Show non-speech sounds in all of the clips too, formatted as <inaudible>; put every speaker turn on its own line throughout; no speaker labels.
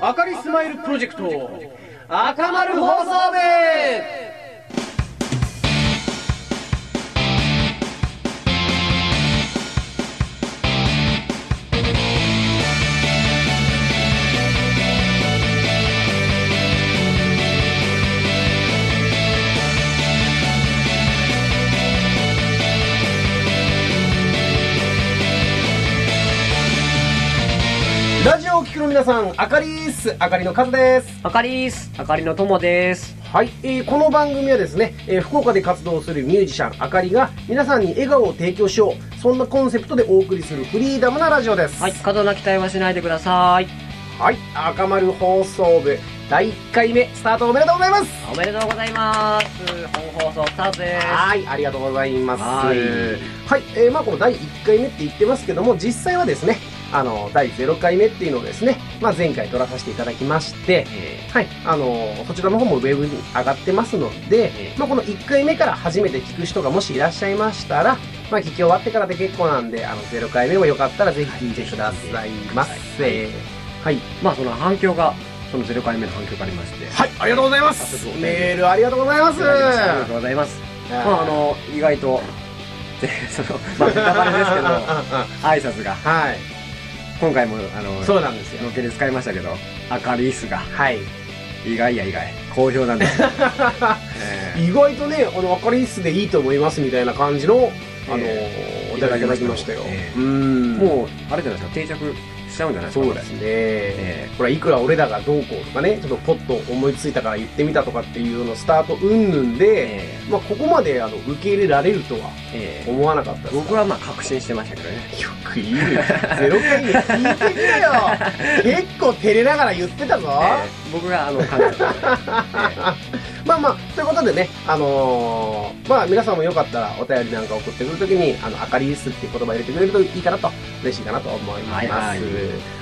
明かりスマイルプロジェクト赤丸放送部ラジオを聴くの皆さん、あかりーす。あかりのカズです。
あかりーす。あかりのともです。
はい、えーこの番組はですね、えー福岡で活動するミュージシャン、あかりが皆さんに笑顔を提供しよう。そんなコンセプトでお送りするフリーダムなラジオです。
はい、過度な期待はしないでください。
はい、赤丸放送部第1回目スタートおめでとうございます。
おめでとうございます。本放送スタートです。
はい、ありがとうございます。は
はい
い、えーまあこの第1回目って言ってますけども、実際はですね、あの、第0回目っていうのをですね、まあ前回撮らさせていただきまして、
え
はい、あのーそちらの方もウェブに上がってますので、
え
まあ、この1回目から初めて聞く人がもしいらっしゃいましたら、まあ、聞き終わってからで結構なんであの0回目もよかったらぜひ聞いてくださいませはい、
ーまあその反響が、その0回目の反響がありまして。
はい、ありがとうございま
あそうそう
メールありがとうございます
ありがとうございます。
ま
まああの、意外と、で <laughs> その、まあネタバレです
<laughs>
けど、挨拶が、
はい
今回も、あの、
そうなんですよ
のっけで使いましたけど、あかりーすが、
はい
意外や意外、好評な
<laughs>
んです。え
意外とねあの明るいっすでいいと思いますみたいな感じのあのー
ええ
お便りいただきましたよ、
え
う
え
ん
ーもう、あれじゃないですか、定着しちゃうんじゃないですか、
そうですね、
これ。え
これはいくら俺らがどうこうとかねちょっとポッと思いついたから言ってみたとかっていうののスタートうんぬん
ー
で、
え
まあ、ここまであの受け入れられるとは
ーえー
思わなかったです
僕はまあ確信してましたけどね。
よく言 <laughs> うよゼロ回目聞いてみろ
<laughs>
よ結構照れながら言ってたぞ、
ええ僕があの考えた、
まあまあということでねあのーまあ皆さんもよかったらお便りなんか送ってくるときにあの明かりですっていう言葉入れてくれるといいかなと嬉しいかなと思います、
はいはい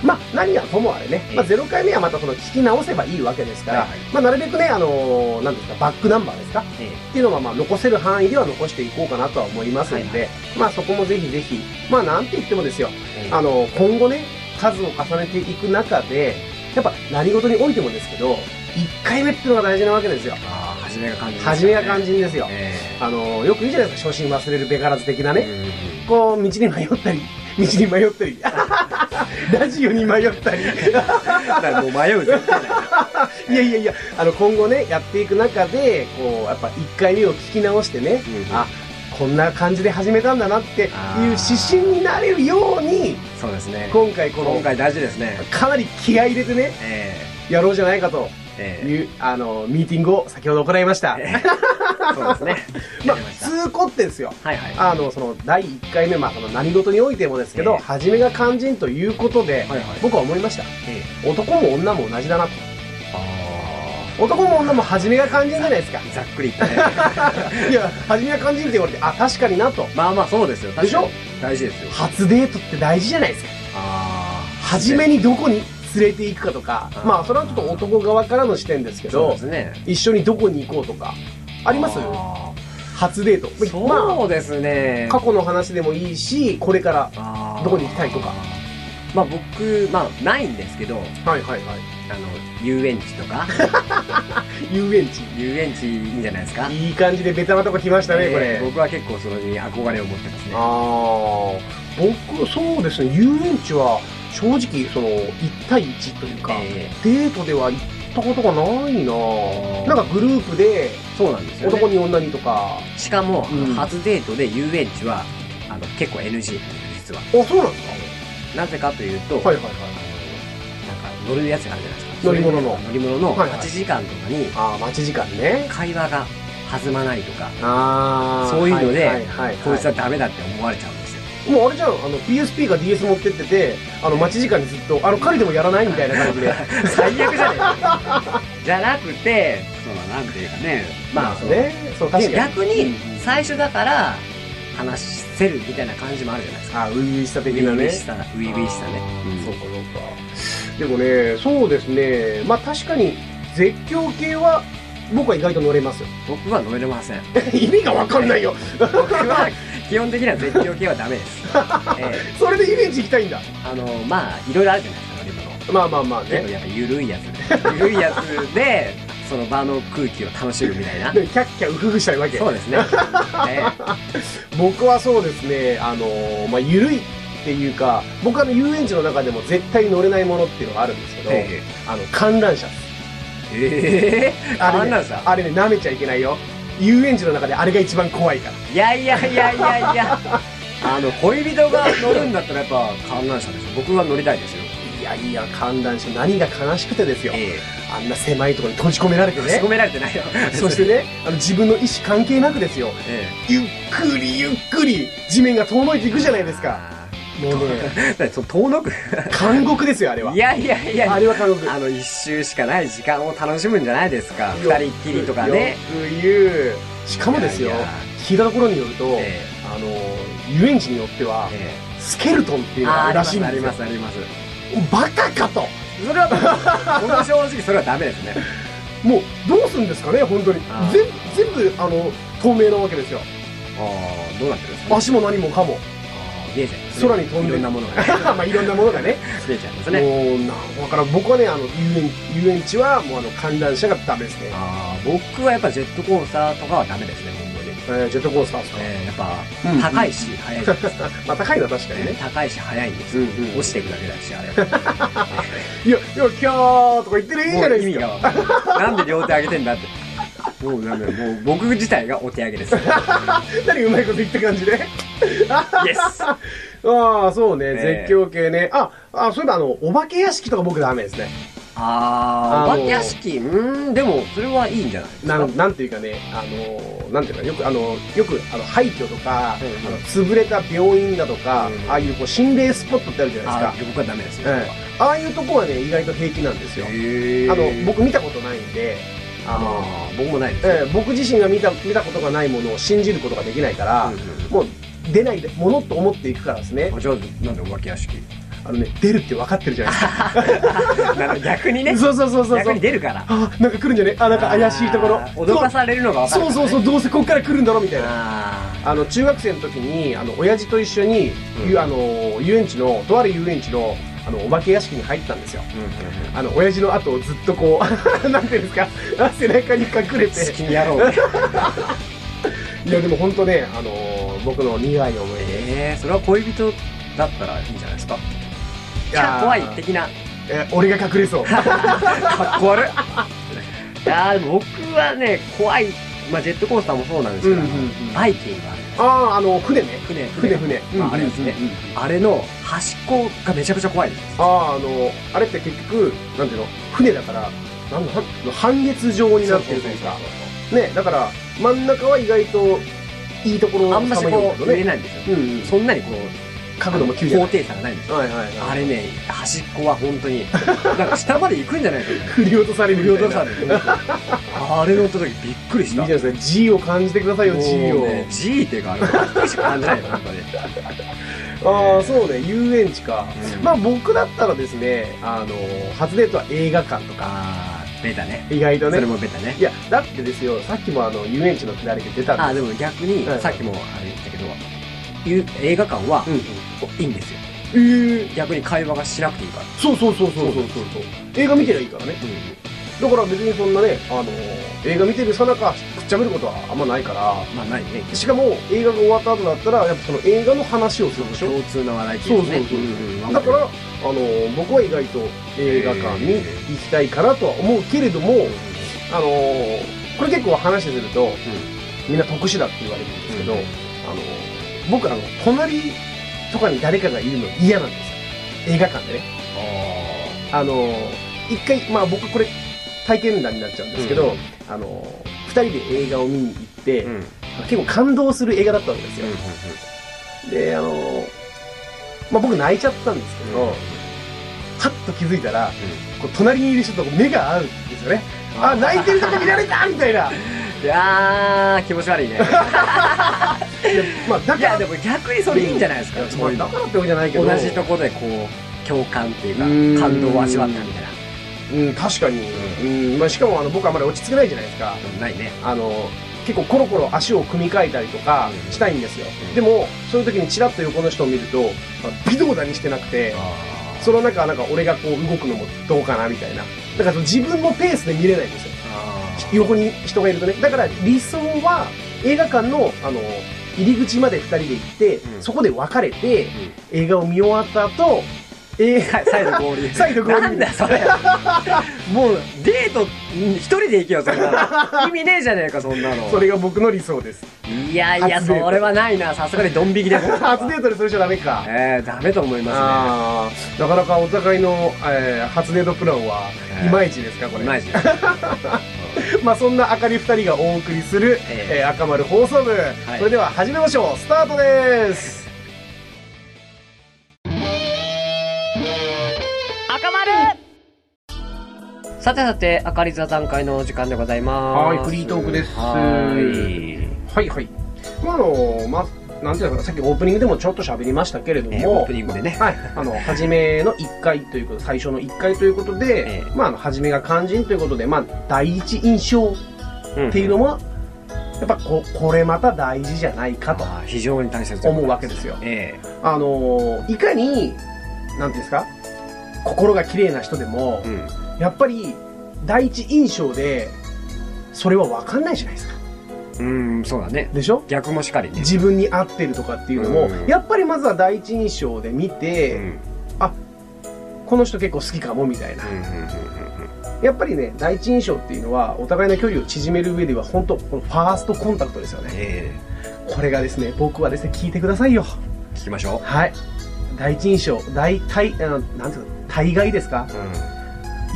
まあ何はともあれね、まあ、
え
0回目はまたその聞き直せばいいわけですから、
はいはい
まあなるべくねあのーなんですかバックナンバーですか
え
っていうのはまあ残せる範囲では残していこうかなとは思いますんで、
はい
まあそこもぜひぜひまあなんて言ってもですよ
え
あの今後ね数を重ねていく中でやっぱ何事においてもですけど1回目っていうのが大事なわけですよ
あー初めが感じですよね
初めが肝心ですよ、
え
あのよく言うじゃないですか初心忘れるべからず的な
え
ね、こう道に迷ったり <laughs> 道に迷ったり <laughs> ラジオに迷ったり <laughs> い
だからもう迷う絶対ない
やいやいやあの今後ねやっていく中でこうやっぱ1回目を聞き直してね、
うん
あこんな感じで始めたんだなっていう指針になれるように
<laughs> そうですね
今回この
今回大事ですね
かなり気合い入れてね
え
やろうじゃないかと
ええ
いう、あの、ミーティングを先ほど行いま
<laughs>
した
え。そうですね
まあ
やりま、した
通行ってですよ。
はいはい
あの、その、第1回目、まあ、その何事においてもですけど、
ええ
初めが肝心ということで、
はいはい
僕は思いました。
ええ
男も女も同じだなと。
あ
男も女も初めが肝心じゃないですか。
ーざっくり言ってね
いや、初めが肝心って言われて、あ、確かになと。
まあまあそうですよ
でしょ
確かに大事ですよ
初デートって大事じゃないですか。
ああ
初めにどこに連れて行くかとか
あ、ー
まあ、それはちょっと男側からの視点ですけ
そう
ど
で、すね
一緒にどこに行こうとか、あります
あ
初デー
ー
ト。まあ
そうですね
過去の話でもいいしこれから
あー
どこに行きたいとか
まあ僕まあないんですけど
はいはいはい
あの遊園地と
<laughs>
か
遊園地
遊園地いいんじゃないですか
いい感じでベタなとこ来ましたね、こ
え
れ
ー僕は結構それに憧れを持ってますね
ああ僕そうですね遊園地は正直その1対1というか、
え
デートでは行ったことがないな
ー
なんかグループで
ーそうなんですよ、
男
ね、
に女にとか
しかも、
うん
初デートで遊園地はあの結構 NG なんです実は
あそうなんです
なぜかというと、
かはいはいはい
あのなんか乗るやつがあるじゃないですか
乗り物の
乗り物の
はいはい
8時間とかに
ああ待ち時間ね
会話が弾まないとか、
ああ
そういうので
はいはいはい
こいつはダメだって思われちゃうんですよ、
もうあれじゃん、あの PSP が DS 持ってってて、あの待ち時間にずっと、あの狩りでもやらないみたいな感じで。
<laughs> 最悪じゃないじゃなくてそのなんていうかねまあその
ね、そう確
で
かに。
逆に
うん
最初だから話せるみたいな感じもあるじゃないですか
あ、初々しさ的
初
なね。
々しさ初々しさね
あ
う
ー
ん
そうかそうか。でもね、そうですね、まあ確かに絶叫系は僕は意外と乗れますよ。 <laughs>
僕は乗れません
意味がわかんないよ。
僕は基本的には
<laughs>
絶叫系はダメです、え
それで遊園地行きたいんだ。
えあのまあいろいろあるじゃないですか乗り
ま
物
あまあまあ
結構
ね。
やっぱ緩いやつで緩いやつでその場の空気を楽しむみたい
<laughs>
な
でもキャッキャウフフしたいわけ。
そうですね、え
僕はそうですね、あのーまあ、ゆるいっていうか、僕はあの遊園地の中でも絶対乗れないものっていうのがあるんですけど、
え
あの、観覧車です。
ええあ
あ
ん
れ
な
ね
んさ、
あれね、舐めちゃいけないよ。遊園地の中であれが一番怖いから。
いやいやいやいやいやあの恋人が乗るんだったらやっぱ観覧車でしょ僕は乗りたいですよ
いやいや、観覧車、何が悲しくてですよ。
え
あんな狭いところに閉じ込められ
え
て
仕
ね
込。められてないよ
そしてね、あの自分の意思関係なくですよ。
ええ
ゆっくりゆっくり地面が遠のいていくじゃないですか。
あ
もうね、
ーだからその遠のく
監獄ですよ、あれは。
いやいやいや
あ
あ
れは監獄。
の一周しかない時間を楽しむんじゃないですか
よ
二人っきりとかね。
よく言う。しかもですよ
いやいや、
聞いたところによると、
え
あの、遊園地によっては、
ええ
スケルトンって
え
いうのがあるらしいん
あ
で
り
す
ま
よ。
すありますあります
バカかと。
それは僕僕正直それはダメですね
もう、どうすんですかね、本当に
あ。ー
ぜ全部、あの、透明なわけですよ。
ああどうなってるんですかね
足も何もかも。
あー見えちゃいますね
空に飛んで
いろんなものがね
<laughs> まあ、いろんなものがね。
見えちゃいますね
もう、なだから僕はね、あの、遊園、遊園地は、もうあの、観覧車がダメですね。
あー僕はやっぱジェットコースターとかはダメですね本当に
えージェットコースターですか。
えーやっぱ
うん
高いし速いですね
まあ、高いのは <laughs> 確かにね。
高いし速いんです
うん
よ
うん
落ちていくだけだしあれ
いや、いや、キャーとか言ってるいいじゃ
も
な
う
いで
意
す
味
か
が。わかんないなんで両手上げてんだってもうなんだよもう僕自体がお手上げで
<laughs>
すイエ
何うまいこと言った感じで。 <laughs>
ス
ああ、そうね、
ねえ
絶叫系ね。あ、あ、そういえばあの、お化け屋敷とか僕ダメですね。
あー
あのー
お化け屋敷うーんでもそれはいいんじゃないですか
なん、なんていうかね、あの、なんていうか、よく、あの、よく、あの、廃墟とか、
うんうん
あの潰れた病院だとか、
うん
ああいうこう心霊スポットってあるじゃない
あ
で
ー僕はダメです
す
よ
か。
そ
うん
れは
ああいうとこはね、意外と平気なんですよ。
へー
あの、僕見たことないんで、あの、
あー僕もないですよ
ええ僕自身が見た見たことがないものを信じることができないから、
うんうん
もう出ないでものと思っていくからですね
お上手なんでお化け屋敷 <laughs>
あのね出るって分かってるじゃないですか
なんか逆にね
そうそうそうそうそ
逆
う
に出るから
あなんか来るんじゃねあなんか怪しいところ
あー脅かされるのが分かる
そうそうそうそうどうせこっから来るんだろみたいな
あ
あの中学生の時にあの親父と一緒に、
うん
ゆあの遊園地のとある遊園地のあのお化け屋敷に入ったんですよ
ーうんうんうん
あの親父の後をずっとこう <laughs> なんていうんですか背中に隠れて
好きにやろう
いやでも本当ねあの僕の苦い思い出
ええそれは恋人だったらいいんじゃないですか
い
キャ
やー
ー怖い的な
え俺が隠れそう
かっこ悪いいやー僕はね怖い、まあ、ジェットコースターもそうなんですけど、
うんうんうん
バイキングは
あああの船ね
船
船船、
まあ、あれですね、
うんうんうん
あれの端っこがめちゃくちゃ怖いです
あああのあれって結局なんていうの船だからなんだなん半月状になってるというかねだから真ん中は意外といいところ
あんまし
さまよ
こ
うけ
う
ど
見え
ね
ないんですよ、
うんうん
そんなにこう
角度も急じゃな
高
い
低差がないんですよ
はいはいはい
あれね端っこは本当になんか下まで行くんじゃないか
<laughs> 振り落とされ
な
る
振
み
り
たい
落
な
とされてね <laughs> あれ乗った時びっくり
いい
し
じ
た
ゃないですか G を感じてくださいよ G
も
を、
うね G ってい
<laughs>
うかあれはびっくりしか感じないよ本当に
ああそうね遊園地か、
うん
まあ僕だったらですねあの初デートは映画館とか
あーベタね
意外と
そ
ね
れもベタね
いや、だってですよ、さっきもあの、遊園地の下りで出た
あ
ん
ー
で
でも逆に
はい
さっきもあれ言ったけどゆ映画館は
す。うん。
いいんですよ
ええ
逆に会話がしなくていいから
そうそうそうそうそうそうそう。映画見てりゃいいからね。だから別にそんなね、あのー映画見てるさなか、くっちゃべることはあんまないから。
まあないね
しかも、映画が終わった後だったら、やっぱその映画の話をするでしょ。
共通の話題ってい
そうう
か
そう
ね
そう。
うんうん
だから、あのー僕は意外と映画館に行きたいかなとは思うけれども、あのーこれ結構話すると、みんな特殊だって言われるんですけど、
うん
あの僕あの隣とかに誰かがいるの嫌なんですよ映画館でね
あ
あの一回まあ僕これ体験談になっちゃうんですけど、
うん
あの2人で映画を見に行って、
ーうんうんうん
結構感動する映画だったわけですよ、であのまあ僕泣いちゃったんですけど、
うん
パッと気づいたらこう隣にいる人と目が合うんですよねあ泣いてるとこ見られたみたい
<laughs>
ない
いやー気持
<laughs>
ち悪いね
やまあだか
いや
ら
でも逆にそれいいんじゃないですかそういう
ま
の
あだからってわけじゃないけど
同じとこでこう共感っていう
う
か
ーん
感動を味わったみたいな
うん、確かに、うんまあ、しかもあの僕はあまり落ち着けないじゃないですか
うんないね
あの結構コロコロ足を組み替えたりとか
うん
したいんですよ、
うん
でもそういう時にチラッと横の人を見ると、まあ微動だにしてなくてその中、なんか俺がこう動くのもどうかなみたいな。だからその自分のペースで見れないんですよ。横に人がいるとね。だから理想は映画館の、あの、入り口まで二人で行って、
うん
そこで別れて、映画を見終わった後、映画、
はい、再度合
<laughs>
流。
再度合流
なんだ
<laughs>
それ。もう、デート、うん一人で行けよ、そんな
<laughs>
の。意味ねえじゃねえか、そんなの。
それが僕の理想です。
いやいや、
初デート
それはないな。さすがにドン引き
<laughs>
で。
初デートでそれじゃダメか。
えー、ダメと思いま
あーなかなかお互いの、えー初デートプランは
えー
いまいちですか、
す
こ
ね。
れ。
いまいち。
まあそんなあかり二人がお送りする、
えー
えー赤丸放送部、
い
それでは始めましょうスタートです
赤丸さてさて、あかり座談会のお時間でございます。
はいフリートークです
はい。
はいはいまああのまあなんていうのかなさっきオープニングでもちょっと喋りましたけれども、
えー、オープニングでね。
はい、あの初めの1回ということ最初の1回ということで、
ええ
まあ、あの初めが肝心ということで、まあ、第一印象っていうのも、やっぱここれまた大事じゃないかと
あー非常に大切でございます
思うわけですよ。
え
あのいかになんていうんですか心が綺麗な人でも、
えうん。
やっぱり第一印象でそれは分かんないじゃないですか
うん、そうだね。
でしょ
逆もしかりね。
自分に合ってるとかっていうのも、
うん
やっぱりまずは第一印象で見
う
て、
ん
この人結構好きかもみたいな
うんうんうんうん
やっぱりね第一印象っていうのはお互いの距離を縮める上では本当このファーストコンタクトですよね
え
これがですね僕はですね聞いてくださいよ
え聞きましょ
はい第一印象大体あのなんていうの大概ですか
う。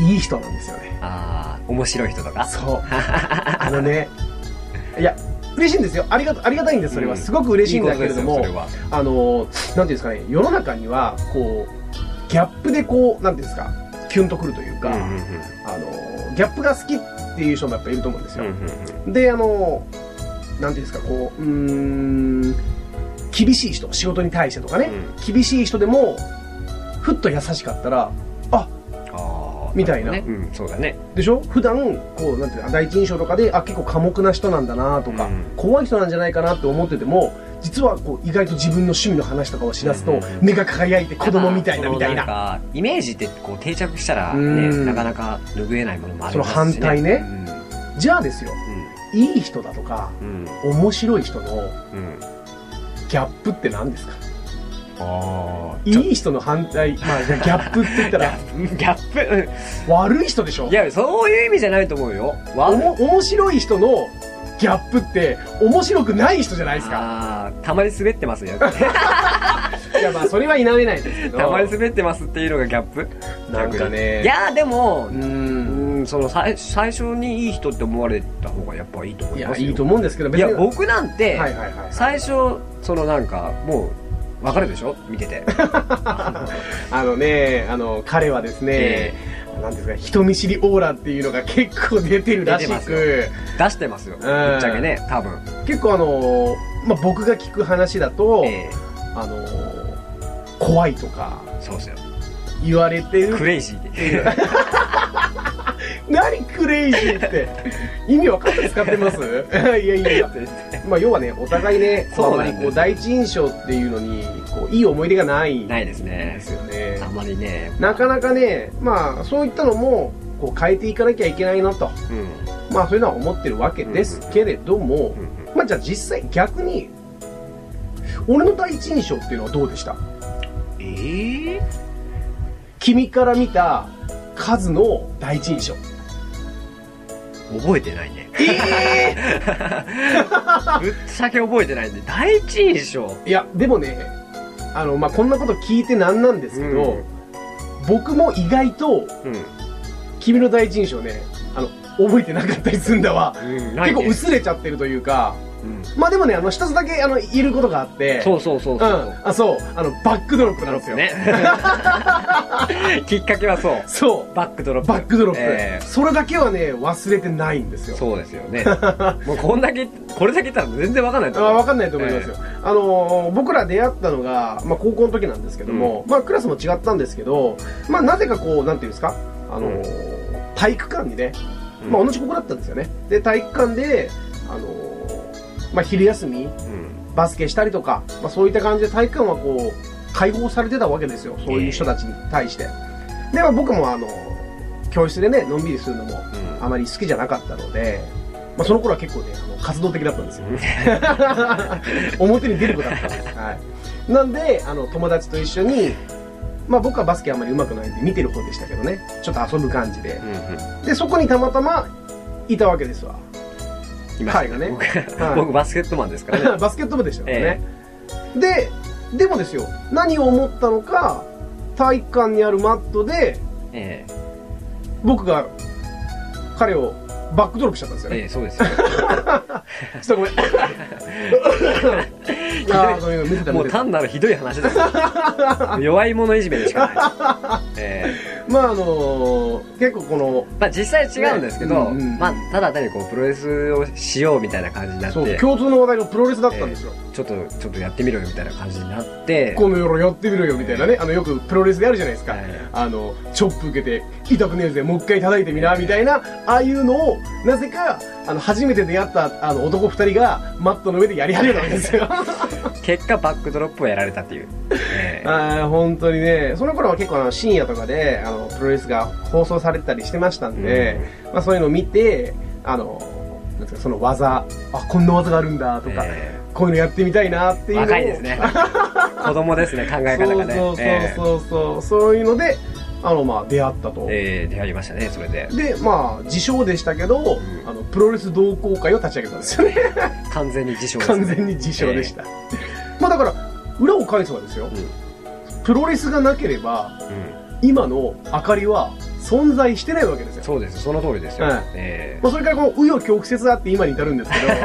うん。
いい人なんですよね
ああ、面白い人とか。
そう <laughs> あのねいや嬉しいんですよありがとありがたいんですそれは、
うん
すごく嬉しいんだけれども
いいことですよ
あのなんていうんですかね世の中にはこうギャップでこうなんていうんですかキュンとくるという
そ
か、
れは。うんうんうん
あのギャップが好きっていう人もやっぱいると思うんですよ、
うんうん
であのなんていうんですかこううーん厳しい人仕事に対してとかね、
うん
厳しい人でもふっと優しかったら
ああ。
みたいな
るほどねうん、そうだね。
でしょ普段こうなんていうの第一印象とかであ結構寡黙な人なんだなとか、
うん
怖い人なんじゃないかなって思ってても実はこう意外と自分の趣味の話とかをしだすと、
うんうん
目が輝いて子供みたいなみたい
そ
な。
のんかイメージってこう定着したら
う
ね、
ん
なかなか拭えないものもあり
その
ます
反
し
対ね
うん
じゃあですよいい人だとか
うんうん
面白い人の
うん。
ギャップって何ですか
ああ。
いい人の反対、まあ、じゃあギャップって言ったら
ギャップうん。
悪い人でしょ
いや、そういう意味じゃないと思うよ。
お
悪い
も面白い人のギャップって面白くない人じゃないですか
あーたまに滑ってま
<laughs>
すよ。
いやまあそれは否めないですけど
たまに滑ってますっていうのがギャップ
なんかね
いやーでも
う、
うんん、その最最初にいい人って思われた方がやっぱいいと思
い
い
や
ますよ
いいと思うんですけど
い
別に
や僕なんて、
はいはいはい
最初そのなんかもうわかるでしょ
<laughs>
見てて
あのねあの彼はですね、なんですか人見知りオーラっていうのが結構出てるらし
出てます
く
出してますよぶっちゃけね多分
結構あの、まあ、僕が聞く話だと、
ええ
あの怖いとか
そうですよ
言われてる
クレイジーで
何クレイジー
<laughs>
って意味分かって使ってます <laughs> いやいやいやまあ要はねお互いね
そ
あ
う
ま
なん
り
です
こう第一印象っていうのにこういい思い出がないんで
ないですね
すよね
あまりね
なかなかねまあそういったのもこう変えていかなきゃいけないなと
うん
まあそういうのは思ってるわけですけれども
うんうん
まあじゃあ実際逆に俺の第一印象っていうのはどうでした
ええ
君から見た数の第一印象
覚えてないね
ええ
ぶっちゃけ覚えてないんで第一印象
いやでもねあのまあこんなこと聞いてなんなんですけど、
うん
僕も意外と
うん、
君の第一印象ねあの覚えてなかったりすんだわ
うん、ない
結
ね
構薄れちゃってるというか
うん
まあでもねあの一つだけあのいることがあって
そうそうそう
う
そ
ん
う、
あそうあのバックドロップなんですよ、 <laughs>
ね <laughs> きっかけはそう
そう
バックドロップ
バックドロップ、
え
それだけはね忘れてないんです
え
よ
そうですよね <laughs> もうこんだけこれだけ言ったら全然わかんないと
あ
思う
分かんないと思いますよ、あのー僕ら出会ったのが、まあ、高校の時なんですけども、まあ、クラスも違ったんですけど、まあ、なぜかこうなんていうんですか、あのー体育館にね、
うん
まあ、同じ高校だったんですよねで体育館で、あのーまあ、昼休み
うん
バスケしたりとか、まあ、そういった感じで体育館はこう解放されてたわけですよ。そういう人たちに対して。で、まあ僕もあの、教室でね、のんびりするのも
うん
あまり好きじゃなかったので、まあその頃は結構ね、あの活動的だったんですよ。 <laughs> 表に出る子だったんです。はい。なんで、あの、友達と一緒に、まあ僕はバスケあんまり上手くないんで見てる方でしたけどね、ちょっと遊ぶ感じで。で、そこにたまたまいたわけですわ。
今
彼がね
僕
はい
僕バスケットマンですから
<laughs>
ね
バスケット部でしたからね、ででもですよ何を思ったのか体育館にあるマットで
ええ
僕が彼をバックドロップしちゃったんですよ
え
ね、
えそうです
<laughs> ちょっと
よ <laughs>
ごめんああごめん見てた
も
見て
う
た
単なるひどい話ですよ
<laughs>
弱い者いじめでしかない、ええ
まああのー結構この
まあ実際違うんですけど、
ねうん
まあただ単にこうプロレスをしようみたいな感じになっ
そう
て
共通の話題がプロレスだったんですよ、
ちょっとちょっとやってみろよみたいな感じになって
この夜やってみろよみたいなねあのよくプロレスであるじゃないですか、
え
あの、チョップ受けて、痛くねえぜ、もう一回叩いてみな、みたいな、ああいうのを、なぜか、あの、初めて出会った、あの、男二人が、マットの上でやり始めたんです
<laughs>
よ。
え結果バックドロップをやられたっていう、ええ
ああ、本当にね、その頃は結構あの、深夜とかで、あの、プロレスが放送されてたりしてましたんで、まあそういうのを見て、あの、なんですか、その技、あ、こんな技があるんだ、とか、
え
こういうのやってみたいな、っていう
え
のを。
若いで
<laughs>
すね子供ですね考え方がね
そう
ええ
そうそうそう、そういうので、あの、まあ出会ったと。
ええ出会いましたねそれで
でまあ自称でしたけど、
ん
あのプロレス同好会を立ち上げたんですよね
完全に自称ですね
完全に自称でした、まあだから裏を返せばですよ、プロレスがなければ
うん
今の明かりは存在してないわけですよ
そうですその通りですよ、
はい
え
まあ、それからこの紆余曲折あって今に至るんですけど、
え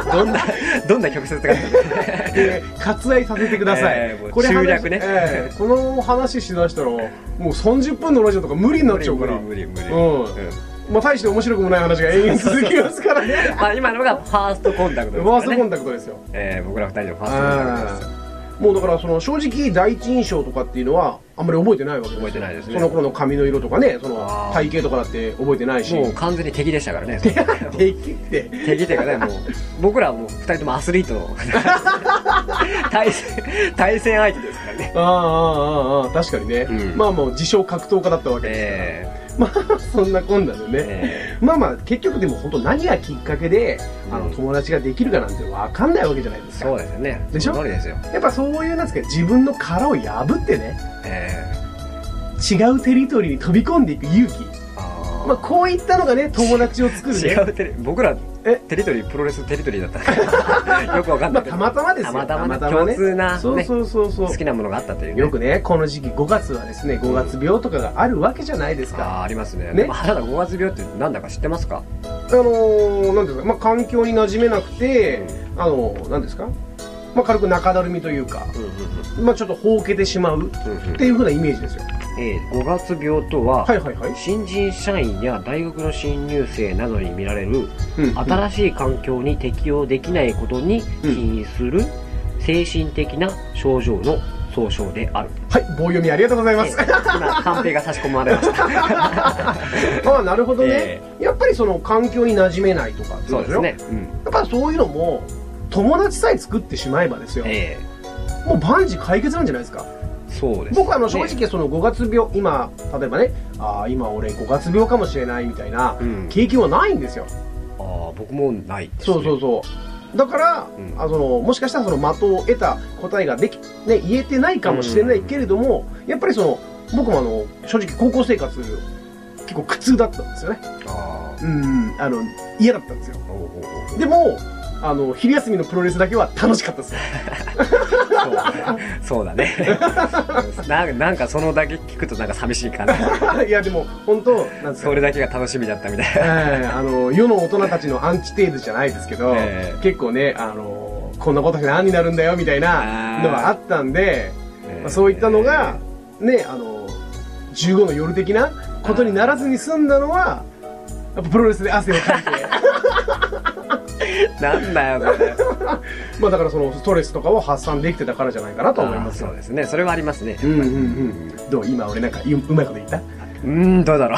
<laughs> どんなどんな曲折があったんですか
えー割愛させてください。
えーもう中略ね
話えーこの話しだしたら、もう30分のラジオとか無理になっちゃうから、
無理無理無理
うんまあ大して面白くもない話が永遠続きます
<laughs>
からね。
まあ、今のがファーストコンタク
フ
トです
ァ
か
ー
ら
ス
ね
トコンタクトですよ。
えー僕ら二人のファーストコンタクトです
もうだからその正直第一印象とかっていうのはあんまり覚えてないわけですよ
覚えてないですね
その頃の髪の色とかねその
あー
体型とかだって覚えてないし <laughs>
もう完全に敵でしたからね
できて
敵というかねもう僕らはもう二人ともアスリート対戦対戦相手ですからね
ああああああ確かにね、
うん
まあもう自称格闘家だったわけで
え
すから、まあそんなこんなで
ー
ね、
え
まあまあ結局でも本当何がきっかけで、あ
う
の
ん
友達ができるかなんて分かんないわけじゃないで
ー
すか
そうですよね
でしょ
その通りですよ、
やっぱそういうなんですか自分の殻を破ってね
え
違うテリトリーに飛び込んでいく勇気、
ーあー
まあ、こういったのがね友達を作るね
違うテレ僕ら
え
テリトリープロレステリトリーだったから
<laughs>
よくわかん
ま
な
あ、
いけ
た
ど、
またまですよ。
たまたまね
ね
共通なね
そうそうそうそう。
好きなものがあったというね
よくね、この時期5月はですね、5月病とかがあるわけじゃないです
あ
か。
ーありますね
ね
でも原田五月病ってなんだか知ってますか、
あのー、なんていうんですか、まあ、環境に馴染めなくて、あのー、なんですか、まあ、軽く中だるみというか、
うんうん
まあ、ちょっとほうけてしまう
うんうんうん
っていう風なイメージですよ。
えー、五月病とは、
はいはいはい。
新人社員や大学の新入生などに見られる
うん
新しい環境に適応できないことに起因する精神的な症状の総称である。
はい、棒読みありがとうございま
え
す。
今、カンペが差し込まれまし
<laughs>
た。
ああ、なるほどね、
え
やっぱりその環境に馴染めないとかってい
そう
こ
う
と
です
よ
ね。うん。
やっぱそういうのも、友達さえ作ってしまえばですよ。
え
もう万事解決なんじゃないですか。
えそうです。
僕はあの正
ね、
直その5月病今例えばねあー今俺5月病かもしれないみたいな
うん。
経験はないんですよ
ああ、僕もないです、ね。
そうそうそうだから、
うん
あそのもしかしたらその的を得た答えができ、ね、言えてないかもしれないけれども、やっぱりその僕もあの正直高校生活結構苦痛だったんですよね
あ
うんあの嫌だったんですよ
あ。おうおうおう
でもあの昼休みのプロレスだけは楽しかったですよ <laughs>
そうだねそうだね <laughs> なんなんかそのだけ聞くとなんか寂しい感じ
いやでも本当なんですか
それだけが楽しみだったみたいな、
ええあの世の大人たちのアンチテーゼじゃないですけど、
え
結構ね、あのこんなことして何になるんだよみたいなのがあったんで、 <laughs> まあそういったのが、ね、あの15の夜的なことにならずに済んだのは、やっぱプロレスで汗をか
<laughs>
いて、
なんだよそれ
まあだからそのストレスとかを発散できてたからじゃないかなと思います
あーそう
よ。
ですねそれはありますね <laughs>
うんうんうん。どう今俺なんかううまいこと言った
うーん、どうだろ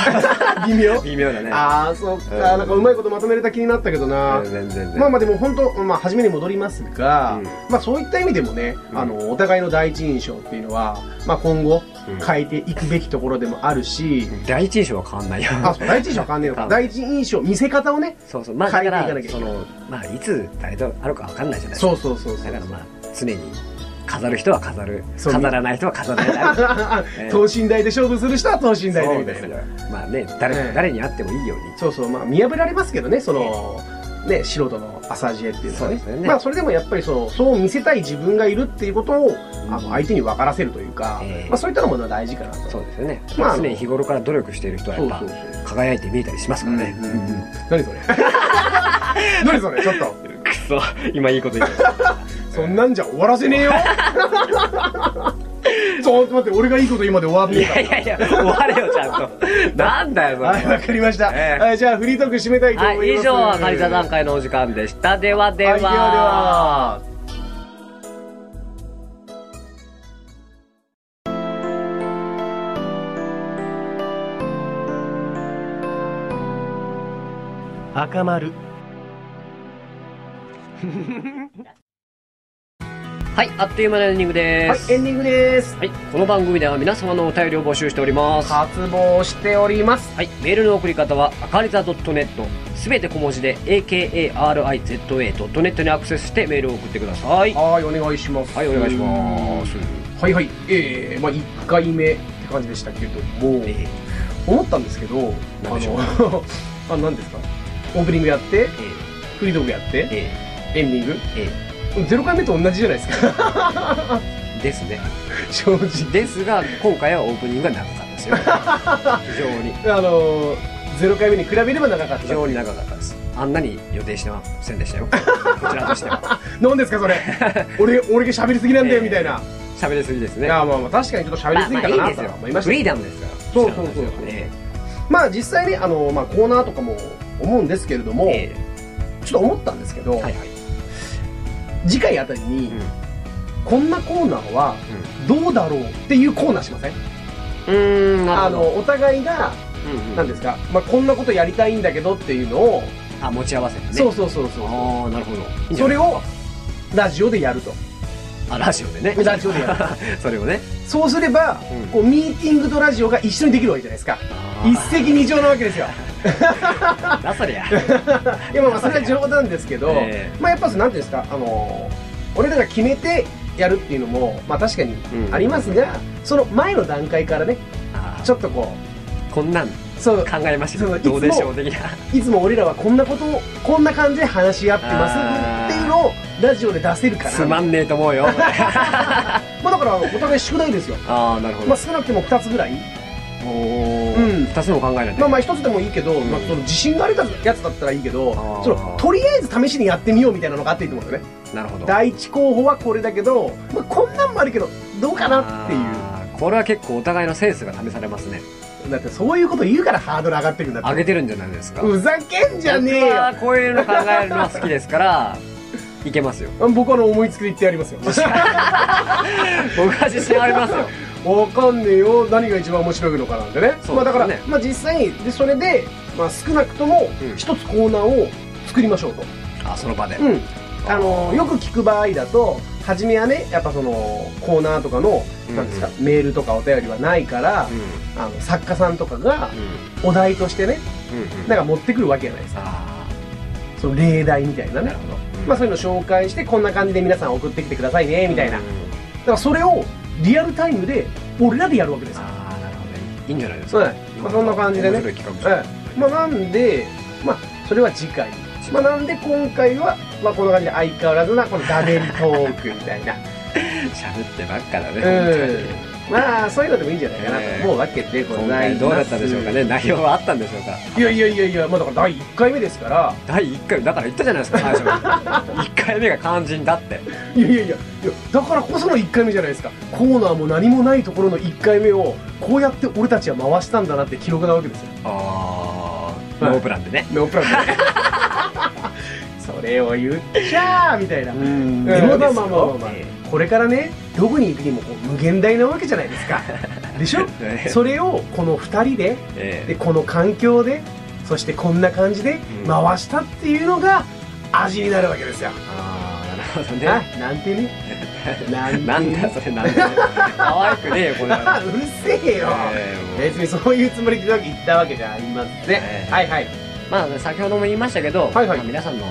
微妙
う。 <laughs> 微妙だね。
ああ、そっか。
うん
なんかうまいことまとめれた気になったけどな。
全然全然。
まあまあでも本当、まあ初めに戻りますが、
うん
まあそういった意味でもね、
うん
あの、お互いの第一印象っていうのは、まあ今後
うん
変えていくべきところでもあるし、
第一印象は変わんないよ。
あ、そう、第一印象は変わんねえの
う
か。
ん
第一印象、見せ方をね。
<laughs> そうそう。まあ、
変えて
だか
いかなきゃ
ら、その、まあ、いつ誰とあるかわかんないじゃない
そうそうそうそ
だ
う。
からまあ、常に、飾る人は飾る。
そう
飾らない人は飾ら
<laughs>
ない。ね
等身大で勝負する人は等身大で
そう
みた
です
い
よ
な。。
まあね、誰
ね、
誰に会ってもいいように。
そうそう、まあ見破られますけどね、その、ね、素人の浅知恵っていうのはね
そうですよね
まあそれでもやっぱりその、そう見せたい自分がいるっていうことを、あの相手に分からせるというか、
ええ
まあそういったのも大事かなと。
そうですよね。
まああの
常に日頃から努力している人はやっぱ
そうそうそう、
輝いて見えたりしますからね。
うんうんうん <laughs> 何それ <laughs> 何それちょっと。
くそ、今 <laughs> いいこと言った。
そんなんじゃ終わらせねえよ
<laughs>
<laughs> そう、待って、俺がいいこと今で終わっ
い
てるか
や
ら
いやいや、終われよ、ち
<laughs>
ゃんと。なんだよ、それ
はい、わかりました。
ええ
はい、じゃあフリートーク締めたいと思いま
はい、以
す。
上、カリザ段階のお時間でした。ではでは。
はいではでは赤丸。
はい、あっという間のエンディングで
はい
す。、
エンディングです。
はい、この番組では皆様のお便りを募集しております。は
渇望しております。
い、メールの送り方は、あかりざ .net、すべて小文字で、akariza.net にアクセスしてメールを送ってください。は
はい、お願いします。
い、お願いします。
はいはい、えー、まあ1回目って感じでしたけども、
え
思ったんですけど、あ
な
の <laughs>
んでしょう、
あ、何ですかオープニングやって、
ー、
フリードークやっ
えー、
て、
え
エンディング
ー、え
ゼロ回目と同じじゃないですか <laughs>
ー、ですね。
正直
ですが、今回はオープニングが長かったですよ。
<laughs>
非常に。
あのー、ゼロ回目に比べれば長かっ
非
た
常に長かったです。あんなに予定してませんでしたよ。こちらとしては。
何ですか
<laughs>
それ俺俺が喋りすぎなんだよ
ええ
みたいな、
喋りすぎです
い
ね。
やまあまあ確かにちょっと喋りすぎたかな
まあまあい
い
です
と
よ
は思いまし
フ
た
リー
けど
ダムですから。
そうそうそうそう
え
まあ実際ねあのー、まあ、コーナーとかも思うんですけれど
え
も、
え
ちょっと思ったんですけど、
えはいはい。
次回あたりに、
うん
こんなコーナーはどうだろうっていうコーナーしません
うーん、な
あ
るほど。
のお互いが
うんうん
何ですか、まあ、こんなことやりたいんだけどっていうのを、
あ、持ち合わせてね。
そうそうそうそ
ああ、なるほど。いい
う
んじゃない
それをラジオでや
<laughs>
ると
あ、ラジオでね。
ラジオでやる
<laughs> それをね。
そうすれば、
うん
こうミーティングとラジオが一緒にできるわけじゃないですか一石二鳥なわけ
<laughs>
ですよ
あー。な、そりゃ。
いやまあまあそれは冗談ですけど、
え
まあやっぱ何ていうんですかあの俺らが決めてやるっていうのもまあ確かにありますが、その前の段階からね
あー
<laughs> ちょっとこ
こんなん考
うそう
えまし
そ
た
の
け
いつも
ど、どうでしょう <laughs> 的な。
いつも俺らはこんなことをこんな感じで話し合ってます
あー
っていうのをラジオで出せるから
つまんねえと思う <laughs> よ。
まあ、だからお互い宿題ですよ、
ああ、なるほ
まあ、
ど。
少なくても2つぐらい
お
うん
ー二つの考えなんで
まあ。まあ1つでもいいけど、
ん
まあ、その自信があるやつだったらいいけど
あー
そのとりあえず試しにやってみようみたいなのがあっていいと思うんだよね
なるほど。
第一候補はこれだけど、まあ、こんなんもあるけどどうかなっていう
あーこれは結構お互いのセンスが試されますね。
だってそういうこと言うからハードル上がってくんだって
上げてるんじゃないですか。
ふざけんじゃねえ
僕
よ
はこういうの考えるのは好きですから、いけますよ。
僕はあの思いつきで言ってやりますよ
僕は自信ありますよ。
<laughs> わかんねえよ何が一番面白いのかなんでね
そう
まあ、だから、
ですね
まあ、実際でそれで、まあ、少なくとも
うん
一つコーナーを作りましょうと、
あ、その場で。
うん、あのよく聞く場合だと初めはねやっぱそのコーナーとかの
うん
なんですか、メールとかお便りはないから、
うん。
あの作家さんとかが
う
お題としてね
ん。うん。
なんか持ってくるわけじゃないですか
あ
その例題みたいな
あ、な
ね
るほど。
まあ、そういうの紹介してこんな感じで皆さん送ってきてくださいねみたいな、
うん
だからそれをリアルタイムで俺らでやるわけですよ、
ああ、なるほどね。いいんじゃないです
そう
か。
だねまあ、そんな感じでね
面白い企画
ええまあなんで、まあ、それは次回。まあなんで今回は、まあこんな感じで相変わらずな、このダベリトークみたいな。
喋ってばっかだね。
うん。まあそういうのでもいいんじゃないかな
ええ
と思うわけでご
本当に今
ざいま
回
す。
どうだったでしょうかね。内容はあったんでしょうか。
いやいやいやいや、まあだから第1回目ですから、
第1回、だから言ったじゃないですか、最初 <laughs> に。1回目が肝心だって。
いやいやいや、いやだからこその1回目じゃないですか。コーナーも何もないところの1回目を、こうやって俺たちは回したんだなって記録なわけですよ。
ああ、
はい
ノープランでね。
ノープランで。 <laughs> それを言っちゃーみたいな。
ん
でもまあまあまあまあまあ
え
これからねどこに行くにもこう無限大なわけじゃないですかで
<laughs>
しょ
え
それをこの2人で
え
でこの環境でそしてこんな感じで
うん
回したっていうのが味になるわけですよ、
ああなるほどね
あなんてねなんてね
なんだそれなんだ可愛くねえよ
<laughs>
これは
うるせえよ、
ええもう
別にそういうつもりで言ったわけじゃありません、
ええ
はいはい
まあ先ほども言いましたけど、
はいはい
まあ皆さんのお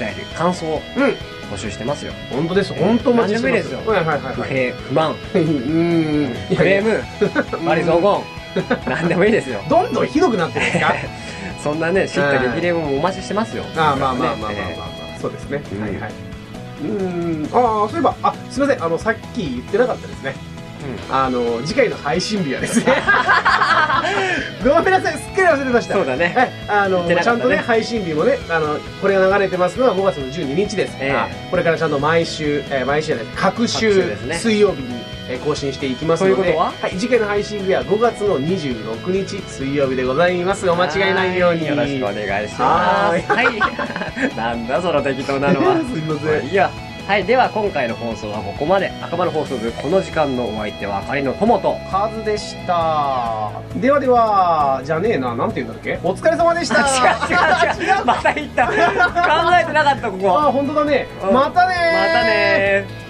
便り感想を
うん
募集してますよ、
本当です本当お待ちしてます
何でもいいですよ
はいはいはい
不
はい
平不満
うん
クレー
ム
ムバリ雑
<laughs>
言何でもいいですよ
どんどんひどくなってるんですか
そんなね叱咤激励もお待ちしてますよ
ああまあまあまあまあ
ね
まあ、まあ、そうですね、
うん
はいはいうんああそういえばあすみませんあのさっき言ってなかったですねあの次回の配信日はですね <laughs> ごめんなさいすっかり忘れてました
そうだね
はい、あの、
言ってな
ち
か
ゃ
ったね
んとね配信日もねあのこれが流れてますのは5月の12日ですから、
え
これからちゃんと毎週、えー毎週じゃない各週
各週ですね
水曜日に、えー更新していきますので、
ということはい
次回の配信日は5月の26日水曜日でございますお間違いないように
はよろしくお
い
願いしますはい、 <laughs> なんだその適当な
<laughs>
のは
すいま
まあ
せん
いいやはいでは今回の放送はここまで赤丸放送部この時間のお相手はあかりの友と
カズでしたではではじゃねえななんて言うんだっけお疲れ様でした
<laughs> 違う違う違うまた言った考えてなかったここ
あ本当だね
うん
またねー
またねー